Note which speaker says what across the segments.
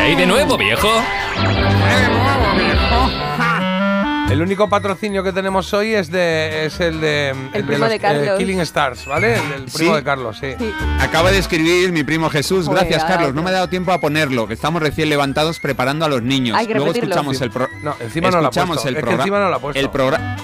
Speaker 1: ahí de nuevo, viejo?
Speaker 2: El único patrocinio que tenemos hoy es de es el de, eh,
Speaker 3: El primo de Carlos.
Speaker 2: Killing Stars, ¿vale? El, del primo
Speaker 4: Sí.
Speaker 2: de Carlos, sí.
Speaker 3: Sí.
Speaker 4: Acaba de escribir mi primo Jesús.
Speaker 3: Joder,
Speaker 4: Gracias, Carlos. No
Speaker 3: gracias.
Speaker 4: me ha dado tiempo a ponerlo. que Estamos recién levantados preparando a los niños.
Speaker 3: Hay que
Speaker 4: Luego
Speaker 3: repetirlo.
Speaker 4: escuchamos el pro-
Speaker 2: No, encima no lo ha
Speaker 4: escuchamos
Speaker 2: puesto.
Speaker 4: el
Speaker 2: Es que
Speaker 4: programa-
Speaker 2: encima no lo ha puesto.
Speaker 4: El, progra-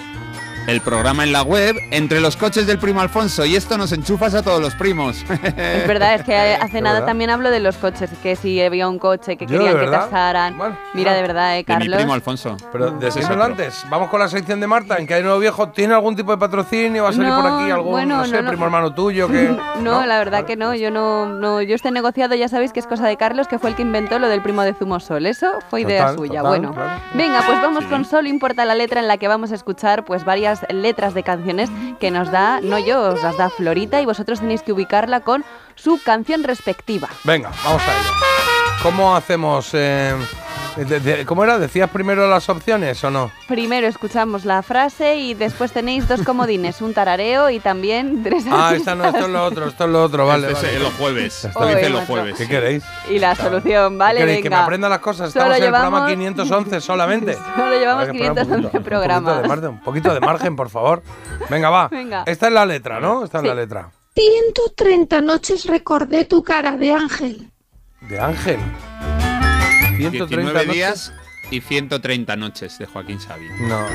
Speaker 4: el programa en la web entre los coches del primo Alfonso y esto nos enchufas a todos los primos.
Speaker 3: Es verdad, es que hace
Speaker 2: ¿De
Speaker 3: nada
Speaker 2: verdad?
Speaker 3: también hablo de los coches, que si había un coche que
Speaker 2: Yo,
Speaker 3: querían
Speaker 2: ¿de
Speaker 3: que
Speaker 2: verdad?
Speaker 3: tasaran.
Speaker 2: Bueno,
Speaker 3: Mira,
Speaker 2: bueno.
Speaker 3: de verdad, eh,
Speaker 4: De mi
Speaker 3: Carlos.
Speaker 4: primo Alfonso.
Speaker 2: Pero decídmelo
Speaker 4: otro.
Speaker 2: antes. Vamos con la sección de Marta, en que hay nuevo viejo. ¿Tiene algún tipo de patrocinio? ¿Va a salir
Speaker 3: No,
Speaker 2: por aquí algún,
Speaker 3: bueno,
Speaker 2: no sé,
Speaker 3: no, no.
Speaker 2: primo hermano tuyo? Que...
Speaker 3: No, la verdad
Speaker 2: vale.
Speaker 3: que no. Yo no, no, yo este negociado ya sabéis que es cosa de Carlos, que fue el que inventó lo del primo de Zumo Sol. Eso fue idea
Speaker 2: Total,
Speaker 3: suya.
Speaker 2: total,
Speaker 3: bueno,
Speaker 2: claro.
Speaker 3: venga, pues vamos con Solo importa la letra en la que vamos a escuchar pues varias letras de canciones que nos da, no yo, os las da Florita y vosotros tenéis que ubicarla con su canción respectiva.
Speaker 2: Venga, vamos a ello. ¿Cómo hacemos? eh, de- de- ¿Cómo era? ¿Decías primero las opciones o no?
Speaker 3: Primero escuchamos la frase y después tenéis dos comodines, un tarareo y también tres
Speaker 2: Ah, esta
Speaker 3: artistas.
Speaker 2: no, esto es lo otro, esto es lo otro, vale.
Speaker 4: Este es
Speaker 2: vale.
Speaker 4: el- los jueves.
Speaker 2: Está
Speaker 4: Lo
Speaker 3: bien.
Speaker 4: dicen los
Speaker 3: Oye,
Speaker 4: jueves.
Speaker 3: macho.
Speaker 2: ¿Qué queréis?
Speaker 3: Y la solución, ¿vale?
Speaker 2: ¿Qué queréis?
Speaker 3: venga.
Speaker 2: Que me aprenda las cosas.
Speaker 3: Solo
Speaker 2: Estamos en el programa
Speaker 3: llevamos-
Speaker 2: 511 solamente.
Speaker 3: Solo llevamos
Speaker 2: Hay que esperar un
Speaker 3: 511
Speaker 2: poquito,
Speaker 3: programas.
Speaker 2: Un poquito, de margen, un poquito de margen, por favor. Venga, va.
Speaker 3: Venga.
Speaker 2: Esta es la letra, ¿no? Esta es
Speaker 3: Sí.
Speaker 2: la letra.
Speaker 5: 130 noches recordé tu cara de ángel.
Speaker 2: De Ángel.
Speaker 4: 19
Speaker 2: noches.
Speaker 4: días y 130 noches de Joaquín Sabina.
Speaker 2: No.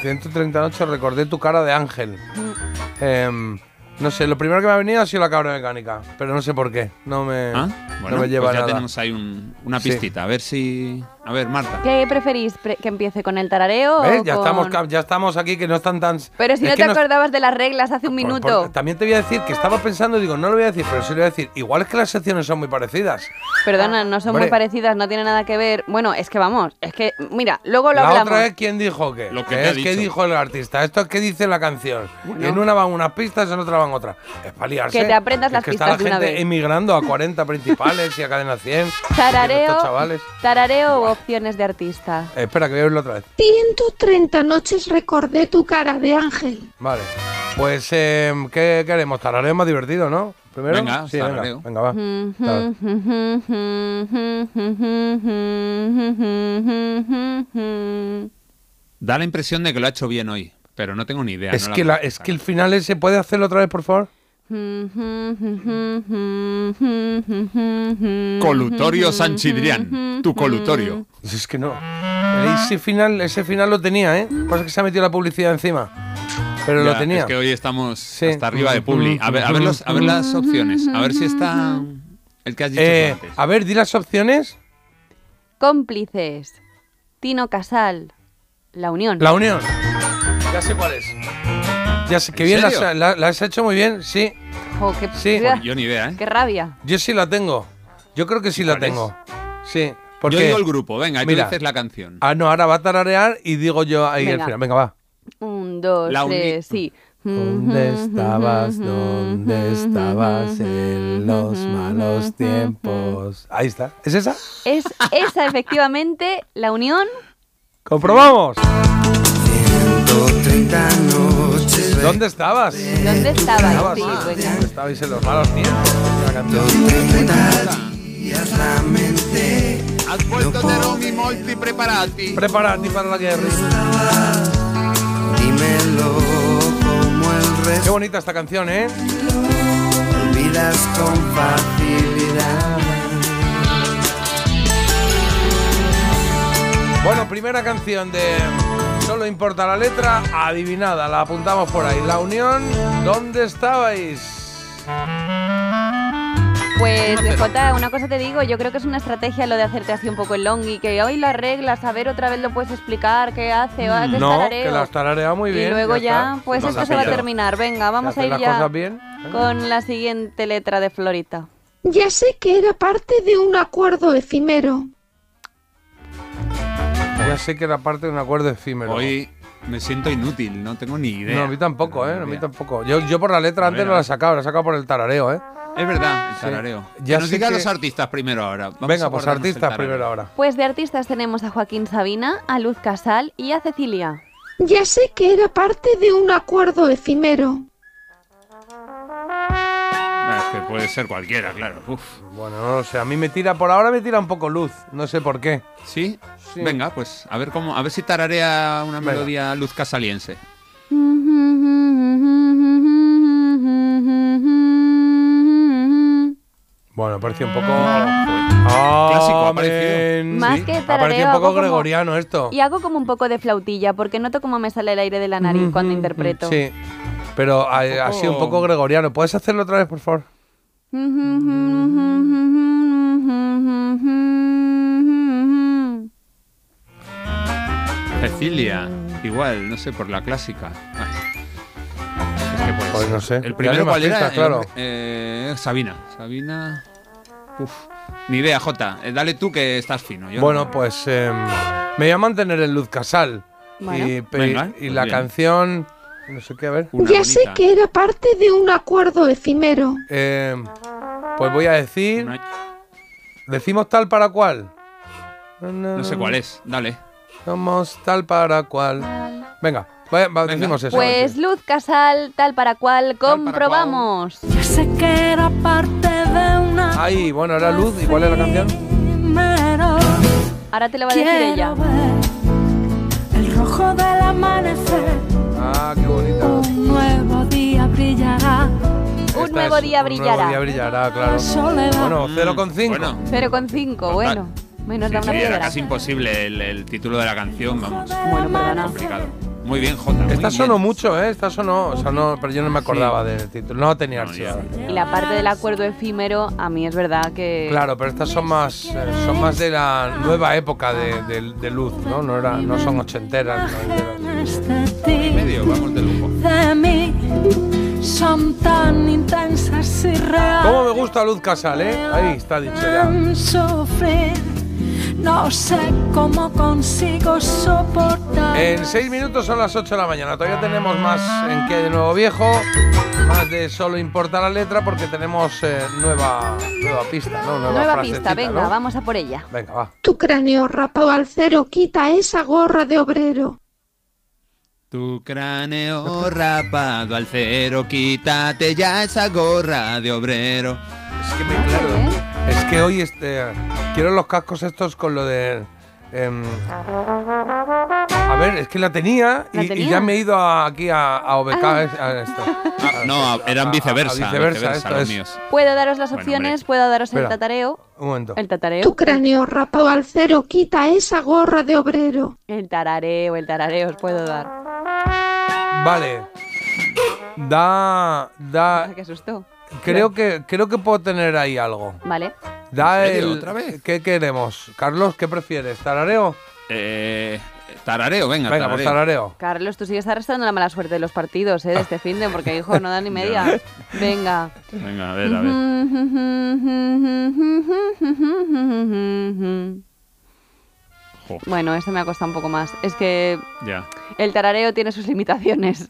Speaker 2: 138 recordé tu cara de ángel.
Speaker 3: Mm.
Speaker 2: Em, no sé, lo primero que me ha venido ha sido la cabra mecánica, pero no sé por qué. No me,
Speaker 4: Ah,
Speaker 2: no me lleva
Speaker 4: pues ya
Speaker 2: nada.
Speaker 4: tenemos ahí un- una
Speaker 2: Sí.
Speaker 4: pistita. A ver si. A ver, Marta.
Speaker 3: ¿Qué preferís? Pre- ¿Que empiece con el tarareo
Speaker 2: ¿Ves?
Speaker 3: o
Speaker 2: Ya,
Speaker 3: Oh, con-
Speaker 2: estamos, ca- ya estamos aquí que no están tan...
Speaker 3: Pero si
Speaker 2: Es
Speaker 3: no
Speaker 2: que
Speaker 3: te acordabas de las reglas hace un
Speaker 2: por-
Speaker 3: minuto.
Speaker 2: por- también te voy a decir que estaba pensando, digo, no lo voy a decir, pero sí lo voy a decir. Igual es que las secciones son muy parecidas.
Speaker 3: Perdona, no son
Speaker 2: Hombre.
Speaker 3: muy parecidas, no tiene nada que ver. Bueno, es que vamos, es que, mira, luego lo
Speaker 2: la
Speaker 3: hablamos.
Speaker 2: otra es quién dijo qué.
Speaker 4: Lo que
Speaker 2: Eh,
Speaker 4: te ha
Speaker 2: es qué
Speaker 4: dicho.
Speaker 2: dijo el artista. Esto es qué dice la canción. En una van unas pistas, en otra van otras. Es paliarse.
Speaker 3: Que te aprendas las
Speaker 2: que
Speaker 3: pistas
Speaker 2: Está
Speaker 3: de
Speaker 2: la
Speaker 3: una
Speaker 2: gente
Speaker 3: vez.
Speaker 2: emigrando a 40 principales y a cadena 100.
Speaker 3: Tarareo,
Speaker 2: Estos chavales.
Speaker 3: tarareo o opciones de artista.
Speaker 2: Eh, espera, que voy a verlo otra vez.
Speaker 5: 130 noches recordé tu cara de ángel.
Speaker 2: Vale. Pues, eh, ¿qué, qué haremos? Tarareo más divertido, ¿no? Primero.
Speaker 4: Venga,
Speaker 2: sí, venga,
Speaker 4: tarareo.
Speaker 2: venga, va. Claro.
Speaker 4: Da la impresión de que lo ha hecho bien hoy, pero no tengo ni idea.
Speaker 2: Es
Speaker 4: no
Speaker 2: que, la, es que el final ese, ¿puede hacerlo otra vez, por favor?
Speaker 4: Colutorio Sanchidrián, tu colutorio.
Speaker 2: Es que no. Ese final, ese final lo tenía, ¿eh? Pasa que se ha metido la publicidad encima. Pero lo
Speaker 4: Ya,
Speaker 2: tenía.
Speaker 4: Es que hoy estamos
Speaker 2: Sí.
Speaker 4: hasta arriba de Publi. A ver, a ver los- a ver las opciones. A ver si está el que has dicho tú
Speaker 2: Eh,
Speaker 4: antes.
Speaker 2: a ver, di las opciones.
Speaker 3: Cómplices. Tino Casal. La Unión.
Speaker 2: La unión. Ya sé cuál es. Ya sé, que
Speaker 4: ¿En
Speaker 2: bien, las,
Speaker 4: serio?
Speaker 2: la- las has hecho muy bien, sí.
Speaker 3: Jo, qué,
Speaker 2: Sí.
Speaker 3: qué-
Speaker 4: Yo ni idea, ¿eh?
Speaker 3: qué rabia.
Speaker 2: Yo sí la tengo. Yo creo que sí la
Speaker 4: cuál es?
Speaker 2: tengo. Sí.
Speaker 4: Yo
Speaker 2: Porque,
Speaker 4: digo el grupo, venga, y tú
Speaker 2: Mira.
Speaker 4: dices la canción.
Speaker 2: ah, no, ahora va a tararear y digo yo ahí el
Speaker 3: Venga.
Speaker 2: final. Venga, va.
Speaker 3: Un, dos,
Speaker 4: La uni-
Speaker 3: tres, sí.
Speaker 6: ¿Dónde estabas? ¿Dónde estabas en los malos tiempos?
Speaker 2: Ahí está. ¿Es esa?
Speaker 3: Es esa efectivamente la unión.
Speaker 2: ¡Comprobamos!
Speaker 6: 130 noches.
Speaker 2: ¿Dónde estabas?
Speaker 3: ¿Dónde estaba?
Speaker 2: Estabas,
Speaker 3: Sí, pues venga.
Speaker 2: ¿Dónde estabais en los malos tiempos. La canción.
Speaker 4: Has vuelto de Romy Molti preparati.
Speaker 2: Preparati para la guerra.
Speaker 6: Dímelo como el
Speaker 2: Qué
Speaker 6: resto.
Speaker 2: bonita esta canción, ¿eh?
Speaker 6: Olvidas con facilidad.
Speaker 2: Bueno, primera canción de Solo importa la letra, adivinada, la apuntamos por ahí. La unión, ¿dónde estabais?
Speaker 3: Pues, Jota, una cosa te digo, yo creo que es una estrategia lo de hacerte así un poco el long y que hoy lo arreglas, a ver, otra vez lo puedes explicar, qué hace,
Speaker 6: Mm.
Speaker 3: va, qué
Speaker 2: No,
Speaker 3: tarareo.
Speaker 2: que la has tarareado muy bien.
Speaker 3: y luego ya,
Speaker 2: está.
Speaker 3: pues
Speaker 4: Nos
Speaker 3: esto
Speaker 4: has
Speaker 3: se va a
Speaker 4: pillado.
Speaker 3: terminar. Venga, vamos
Speaker 2: Si
Speaker 3: a
Speaker 2: haces
Speaker 3: ir
Speaker 2: las
Speaker 3: ya
Speaker 2: cosas bien, ¿eh?
Speaker 3: con la siguiente letra de Florita.
Speaker 5: Ya sé que era parte de un acuerdo efímero.
Speaker 2: Ya sé que era parte de un acuerdo efímero.
Speaker 4: Hoy me siento inútil, no tengo ni idea.
Speaker 2: no, a mí tampoco,
Speaker 4: No
Speaker 2: ¿eh?
Speaker 4: tengo
Speaker 2: A
Speaker 4: ni
Speaker 2: mí
Speaker 4: idea.
Speaker 2: tampoco. Yo, yo por la letra
Speaker 4: A
Speaker 2: antes
Speaker 4: ver,
Speaker 2: no
Speaker 4: a
Speaker 2: la
Speaker 4: ver.
Speaker 2: sacaba, la sacaba por el tarareo, ¿eh?
Speaker 4: Es verdad, el tarareo.
Speaker 2: Ya
Speaker 4: que nos
Speaker 2: sé
Speaker 4: digan
Speaker 2: que-
Speaker 4: los artistas primero ahora. Vamos a
Speaker 2: Venga, pues
Speaker 4: guardarnos el
Speaker 2: artistas
Speaker 4: tarareo.
Speaker 2: primero ahora.
Speaker 3: Pues de artistas tenemos a Joaquín Sabina, a Luz Casal y a Cecilia.
Speaker 5: Ya sé que era parte de un acuerdo efímero.
Speaker 4: Venga,
Speaker 1: Que puede ser cualquiera, claro. Uf.
Speaker 2: Bueno, no lo sé. A mí me tira, por ahora me tira un poco luz. No sé por qué.
Speaker 4: ¿Sí?
Speaker 2: Sí.
Speaker 4: Venga, pues a ver cómo, a ver si tararea una
Speaker 2: Venga.
Speaker 4: melodía luz casaliense.
Speaker 2: Bueno, parecía un poco.
Speaker 4: Ah, Clásico, ha
Speaker 2: Amén.
Speaker 4: parecido.
Speaker 3: Más que
Speaker 2: Ha parecido
Speaker 3: tarareo,
Speaker 2: un poco
Speaker 3: hago como-
Speaker 2: gregoriano esto.
Speaker 3: Y hago como un poco de flautilla, porque noto cómo me sale el aire de la nariz cuando interpreto.
Speaker 2: Sí. Pero ha, ha sido un poco gregoriano. ¿Puedes hacerlo otra vez, por favor?
Speaker 4: Cecilia, igual, no sé, por la clásica. Ay. Es que puede
Speaker 2: Pues
Speaker 4: ser.
Speaker 2: no sé.
Speaker 4: El
Speaker 2: Ya
Speaker 4: primero
Speaker 2: no me
Speaker 4: cuál era?
Speaker 2: asustas,
Speaker 4: El
Speaker 2: claro.
Speaker 4: hombre- eh, Sabina. Sabina. Uf. Ni idea, Jota. Eh, Dale tú que estás fino. Yo
Speaker 2: Bueno,
Speaker 4: no.
Speaker 2: pues em, me voy a mantener en Luz Casal.
Speaker 3: Bueno.
Speaker 2: Y, pe-
Speaker 4: Venga,
Speaker 2: y
Speaker 4: pues
Speaker 2: la
Speaker 4: bien.
Speaker 2: canción. No sé qué, a ver.
Speaker 4: Una
Speaker 5: ya sé
Speaker 4: bonita.
Speaker 5: que era parte de un acuerdo efímero.
Speaker 2: Em, pues voy a decir.
Speaker 4: Una-
Speaker 2: ¿Decimos tal para cual?
Speaker 4: no sé cuál es. Dale.
Speaker 2: Somos tal para cual. Venga, va- va-
Speaker 4: Venga.
Speaker 2: decimos eso.
Speaker 3: Pues Luz Casal, tal para cual,
Speaker 4: para
Speaker 3: comprobamos.
Speaker 7: Ya sé que era parte de una.
Speaker 2: Ay, bueno, era Luz. ¿Y cuál es la canción?
Speaker 7: Primero
Speaker 3: Ahora te lo va a decir ella.
Speaker 7: quiero ver el rojo del amanecer.
Speaker 2: Ah, qué bonita.
Speaker 7: Un nuevo día brillará.
Speaker 2: Esta
Speaker 3: Un nuevo
Speaker 2: es
Speaker 3: día
Speaker 2: Un nuevo
Speaker 3: brillará.
Speaker 2: día brillará, claro.
Speaker 7: La soledad.
Speaker 2: Bueno,
Speaker 4: Mm,
Speaker 2: 0,5.
Speaker 4: Bueno.
Speaker 3: 0,5, bueno. Menos
Speaker 4: Sí,
Speaker 3: da una
Speaker 4: sí, era
Speaker 3: piedra.
Speaker 4: casi imposible el, el título de la canción, vamos.
Speaker 3: Bueno, perdona.
Speaker 4: Complicado. Muy bien, Jota. muy
Speaker 2: Esta
Speaker 4: bien.
Speaker 2: sonó mucho, ¿eh? Esta sonó, sonó, pero yo no me acordaba
Speaker 4: Sí.
Speaker 2: del título. No tenía
Speaker 4: No,
Speaker 2: archivo.
Speaker 3: Y la parte del acuerdo efímero, a mí es verdad que.
Speaker 2: Claro, pero estas son más, eh, son más de la nueva época de, de- de Luz, ¿no? No, era, no son ochenteras. noventeras.
Speaker 7: Imágenes de ti,
Speaker 4: Medio, vamos de lujo.
Speaker 7: de mí, son tan intensas y reales.
Speaker 2: ¿Cómo me gusta Luz Casal, eh? Ahí está dicho ya.
Speaker 7: tan sufrir. No sé cómo consigo soportar.
Speaker 2: En seis minutos son las 8 de la mañana. Todavía tenemos más en que de nuevo viejo, más de solo importa la letra porque tenemos eh, nueva, nueva pista, ¿no? Nueva,
Speaker 3: Nueva
Speaker 2: frasecita,
Speaker 3: pista, venga,
Speaker 2: ¿no?
Speaker 3: vamos a por ella.
Speaker 2: Venga, va.
Speaker 5: Tu cráneo rapado al cero, quita esa gorra de obrero.
Speaker 4: Tu cráneo rapado al cero, quítate ya esa gorra de obrero.
Speaker 2: Es que me claro. Es que hoy este, quiero los cascos estos con lo de. em, a ver, es que la tenía, y,
Speaker 3: ¿La
Speaker 2: y
Speaker 3: tenía?
Speaker 2: ya me he ido a- aquí a, a OBK. es- a esto.
Speaker 4: Ah, no, a- eran
Speaker 2: A- a-
Speaker 4: viceversa.
Speaker 2: a ah, viceversa,
Speaker 4: viceversa,
Speaker 2: esto
Speaker 4: los
Speaker 2: es.
Speaker 4: míos.
Speaker 3: Puedo daros las
Speaker 4: Bueno,
Speaker 3: opciones,
Speaker 4: hombre.
Speaker 3: puedo daros el
Speaker 2: Espera.
Speaker 3: tatareo.
Speaker 2: Un momento.
Speaker 3: El tatareo.
Speaker 5: Tu cráneo rapado al cero, quita esa gorra de obrero.
Speaker 3: El tarareo, el tarareo, os puedo dar.
Speaker 2: Vale. Da. Da.
Speaker 3: Ah, que asustó.
Speaker 2: Creo que, creo que puedo tener ahí algo.
Speaker 3: Vale.
Speaker 2: Da
Speaker 4: ¿En serio?
Speaker 2: el.
Speaker 4: ¿Otra vez?
Speaker 2: ¿Qué queremos? Carlos, ¿qué prefieres? ¿Tarareo?
Speaker 4: Eh, tarareo, venga,
Speaker 2: Venga, pues
Speaker 4: tarareo.
Speaker 2: tarareo.
Speaker 3: Carlos, tú sigues arrastrando la mala suerte de los partidos, ¿eh? De este fin de, porque hijo, no da ni media. Venga.
Speaker 4: Venga, a ver, a ver. Jo,
Speaker 3: Bueno, este me ha costado un poco más. Es que
Speaker 4: ya.
Speaker 3: el tarareo tiene sus limitaciones.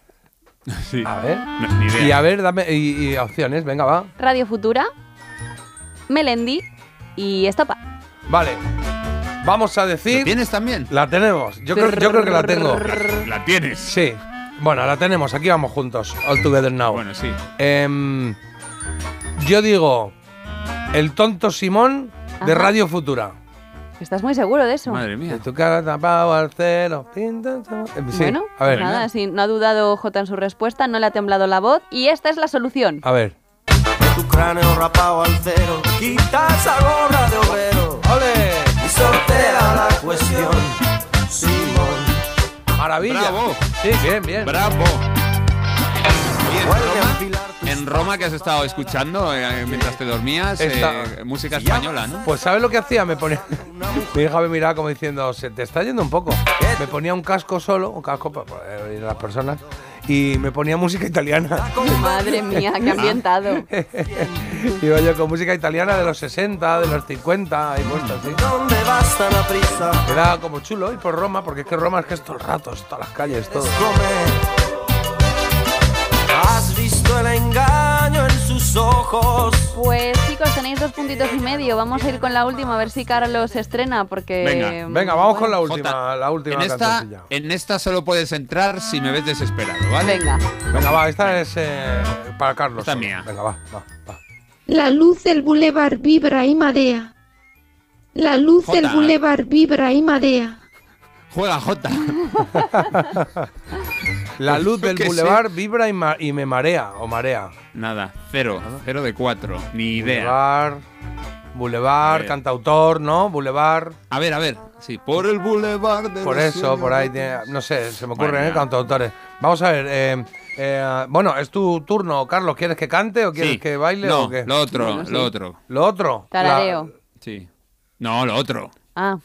Speaker 4: Sí.
Speaker 2: A ver.
Speaker 4: No, ni idea.
Speaker 2: Y a ver, dame. Y, y opciones, venga, va.
Speaker 3: Radio Futura, Melendi y Estopa.
Speaker 2: Vale. Vamos a decir.
Speaker 4: ¿Lo tienes también?
Speaker 2: La tenemos. Yo creo, yo creo que la tengo.
Speaker 4: La tienes.
Speaker 2: Sí. Bueno, la tenemos. Aquí vamos juntos. All together now.
Speaker 4: Bueno, sí.
Speaker 2: Em, yo digo. El tonto Simón de
Speaker 3: Ajá.
Speaker 2: Radio Futura.
Speaker 3: ¿Estás muy seguro de eso?
Speaker 4: Madre mía.
Speaker 2: De tu cara tapado al cero. pinta- Eh, Sí.
Speaker 3: Bueno, pues
Speaker 2: a ver.
Speaker 3: nada, sí, no ha dudado J en su respuesta, no le ha temblado la voz y esta es la solución.
Speaker 2: A ver.
Speaker 6: Tu cráneo rapado al cero, quita esa gorra de obrero
Speaker 2: ¡Ole!
Speaker 6: y sortea la cuestión, Simón.
Speaker 2: ¡Maravilla!
Speaker 4: Bravo.
Speaker 2: Sí, bien, bien.
Speaker 4: Bravo. Oye, en
Speaker 6: Vuelve a
Speaker 4: Roma-
Speaker 6: afilar tus
Speaker 4: En Roma que has estado escuchando eh, mientras te dormías, eh,
Speaker 2: Esta-
Speaker 4: música española, ¿no?
Speaker 2: Pues ¿sabes lo que hacía? Me ponía... Mi hija me miraba como diciendo, se te está yendo un poco. Me ponía un casco solo, un casco para poder oír a las personas, y me ponía música italiana.
Speaker 3: Madre mía, qué ambientado.
Speaker 2: Iba yo con música italiana de los 60, de los 50, y puestas así.
Speaker 6: donde vas tan a prisa.
Speaker 2: Era como chulo ir por Roma, porque es que Roma es que es todo el rato, es todas las calles, todo.
Speaker 6: comer. Has visto el engaño en sus ojos.
Speaker 3: Pues chicos, tenéis dos puntitos y medio. Vamos a ir con la última, a ver si Carlos se estrena, porque. mm,
Speaker 4: Venga,
Speaker 2: Venga, vamos con la
Speaker 4: Jota,
Speaker 2: última, la última
Speaker 4: en esta,
Speaker 2: cancioncilla.
Speaker 4: en esta solo puedes entrar si me ves desesperado, ¿vale?
Speaker 3: Venga.
Speaker 2: Venga, va, esta es eh, para Carlos.
Speaker 4: Esta es mía.
Speaker 2: Venga, va, va, va.
Speaker 5: La luz del bulevar vibra y madea. La luz
Speaker 4: Jota.
Speaker 5: del bulevar vibra y madea.
Speaker 4: Juega Jota.
Speaker 2: La luz del
Speaker 4: que sé.
Speaker 2: bulevar vibra y, ma- y me marea, o marea.
Speaker 4: Nada, cero. Cero de cuatro. Ni idea.
Speaker 2: Bulevar, bulevar,
Speaker 4: Idea.
Speaker 2: cantautor, ¿no? Bulevar,
Speaker 4: A ver, a ver. Sí, por el boulevard de
Speaker 2: por
Speaker 4: los
Speaker 2: eso,
Speaker 4: sueños.
Speaker 2: por ahí, tiene- no sé, se me ocurren,
Speaker 4: Madre
Speaker 2: ¿eh?
Speaker 4: mía.
Speaker 2: Cantautores. Vamos a ver, eh, eh, bueno, es tu turno, Carlos. ¿Quieres que cante o quieres
Speaker 4: Sí.
Speaker 2: que baile
Speaker 4: No,
Speaker 2: o qué?
Speaker 4: Lo otro,
Speaker 3: Bueno, sí.
Speaker 4: lo otro.
Speaker 2: Lo otro. la-
Speaker 3: Tarareo.
Speaker 4: Sí. No, lo otro.
Speaker 3: Ah.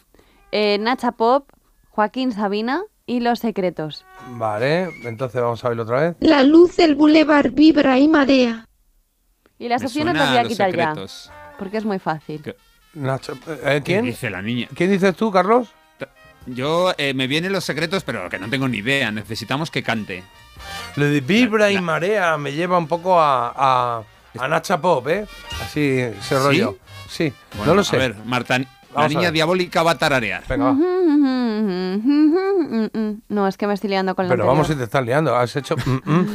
Speaker 3: Eh, Nacha Pop, Joaquín Sabina y Los Secretos.
Speaker 2: Vale, entonces vamos a verlo otra vez.
Speaker 5: La luz del bulevar vibra y madea.
Speaker 3: Y las
Speaker 4: Me
Speaker 3: opciones
Speaker 4: suena
Speaker 3: las voy
Speaker 4: a
Speaker 3: a
Speaker 4: Los
Speaker 3: quitar
Speaker 4: Secretos.
Speaker 3: ya. Porque es muy fácil.
Speaker 4: ¿Qué?
Speaker 2: Nacho, eh,
Speaker 4: ¿Qué
Speaker 2: ¿Quién?
Speaker 4: dice la niña?
Speaker 2: ¿Quién dices tú, Carlos?
Speaker 4: Yo eh, me vienen los secretos, pero que no tengo ni idea. Necesitamos que cante.
Speaker 2: Lo de vibra y
Speaker 4: La- la-
Speaker 2: marea me lleva un poco a, a, a Nacha Pop, ¿eh? Así, ese rollo. Sí,
Speaker 4: Bueno,
Speaker 2: no lo sé.
Speaker 4: A ver, Marta, la
Speaker 2: Vamos a
Speaker 4: niña
Speaker 2: ver.
Speaker 4: diabólica va a tararear.
Speaker 2: Venga, va.
Speaker 3: No, es que me estoy liando con la
Speaker 2: Pero vamos si te estás liando. Has hecho. mm, mm.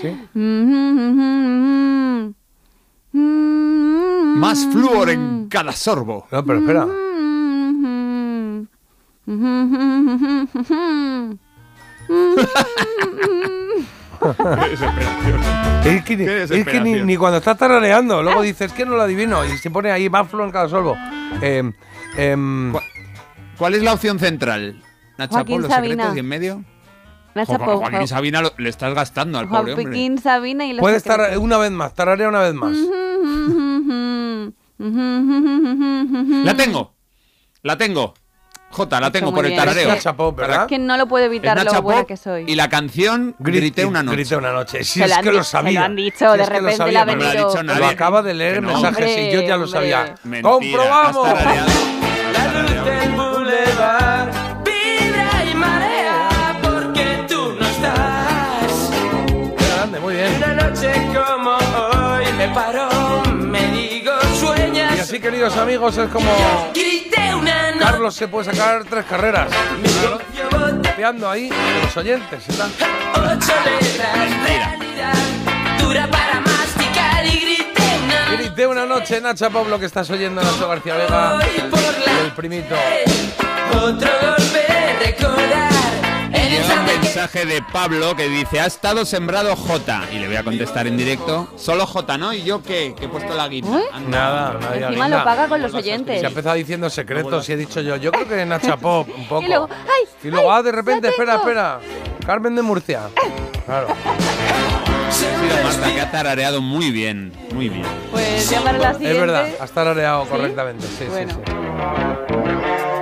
Speaker 2: ¿Sí?
Speaker 4: Más flúor
Speaker 3: Mm.
Speaker 4: en cada sorbo.
Speaker 2: No, pero espera. Es que, ni-
Speaker 4: Qué
Speaker 2: es que ni- ni,
Speaker 4: desesperación.
Speaker 2: cuando estás tarareando, luego dices que no lo adivino y se pone ahí más flow en cada solvo. Eh, em,
Speaker 4: Gua- ¿Cuál es la opción central? Nacha
Speaker 3: Joaquín
Speaker 4: Pol, los
Speaker 3: Sabina.
Speaker 4: secretos y en medio.
Speaker 3: Nacha
Speaker 4: Jo,
Speaker 3: Pop,
Speaker 4: Joaquín
Speaker 3: Jo-
Speaker 4: Sabina lo- le estás gastando al pobre hombre.
Speaker 3: Joaquín Sabina y Los
Speaker 2: puedes
Speaker 3: Secretos.
Speaker 2: estar una vez más, tararea una vez más.
Speaker 4: La tengo. La tengo. Jota, la
Speaker 3: Está
Speaker 4: tengo
Speaker 3: muy
Speaker 4: por el
Speaker 3: bien.
Speaker 4: tarareo.
Speaker 2: Es Nacha Pop, ¿verdad?
Speaker 3: Que no lo puedo
Speaker 4: Es
Speaker 3: evitar
Speaker 4: Nacha
Speaker 3: lo buena
Speaker 4: Pop
Speaker 3: que soy.
Speaker 4: Y la canción
Speaker 2: Grit-
Speaker 4: Grité una noche.
Speaker 2: Grité una noche. Si
Speaker 3: Se lo
Speaker 2: es
Speaker 3: han
Speaker 2: que
Speaker 3: di-
Speaker 2: lo
Speaker 3: se lo
Speaker 2: sabía.
Speaker 3: han dicho,
Speaker 2: Si
Speaker 3: de
Speaker 2: es que lo
Speaker 3: repente
Speaker 2: sabía,
Speaker 3: le ha
Speaker 2: pero
Speaker 4: No me lo ha
Speaker 3: venido-
Speaker 4: dicho
Speaker 2: Lo
Speaker 4: nadie.
Speaker 2: acaba de leer
Speaker 4: Que
Speaker 2: el
Speaker 4: no.
Speaker 2: mensaje, sí, yo ya lo
Speaker 3: Hombre,
Speaker 2: sabía.
Speaker 3: hombre.
Speaker 4: Mentira,
Speaker 2: ¡Comprobamos!
Speaker 4: has tarareado.
Speaker 6: La luz del bulevar vibra y marea porque tú no estás.
Speaker 2: Qué grande, muy bien.
Speaker 6: Una noche como hoy me paró, me digo
Speaker 2: Y
Speaker 6: sueñas.
Speaker 2: así, queridos amigos, es como
Speaker 6: Grité una noche.
Speaker 2: Carlos se puede sacar tres carreras.
Speaker 6: Mi negocio bota
Speaker 2: Copiando ahí de los oyentes. ¿verdad?
Speaker 6: ocho letras. Realidad dura para masticar y grité una noche.
Speaker 2: Grité una noche, Nacha Pablo, que estás oyendo a Nacho García Vega.
Speaker 6: Hoy por la
Speaker 2: El primito.
Speaker 6: Otro golpe, recordar el
Speaker 4: Llega un
Speaker 6: instante que
Speaker 4: mensaje de Pablo que dice, ha estado sembrado J. Y le voy a contestar en directo, solo J, ¿no? ¿Y yo qué? Que he puesto la guita.
Speaker 3: Uy.
Speaker 4: Anda.
Speaker 2: Nada, nadie
Speaker 3: Encima
Speaker 2: alinda.
Speaker 3: lo paga con los
Speaker 4: pues,
Speaker 2: Se ha
Speaker 3: oyentes.
Speaker 2: empezado diciendo secretos y he dicho yo, yo creo que Nacha Pop, un poco.
Speaker 3: Y luego, ¡ay!
Speaker 2: Y luego,
Speaker 3: ¡ay!
Speaker 2: ah, de repente,
Speaker 3: ¡Lo
Speaker 2: espera,
Speaker 3: tengo!
Speaker 2: espera. Carmen de Murcia. Claro.
Speaker 4: Ha sido Marta que ha tarareado muy bien, muy bien.
Speaker 3: Pues ya para la siguiente.
Speaker 2: Es verdad, has tarareado
Speaker 3: ¿Sí?
Speaker 2: correctamente. Sí,
Speaker 3: Bueno.
Speaker 2: sí, sí.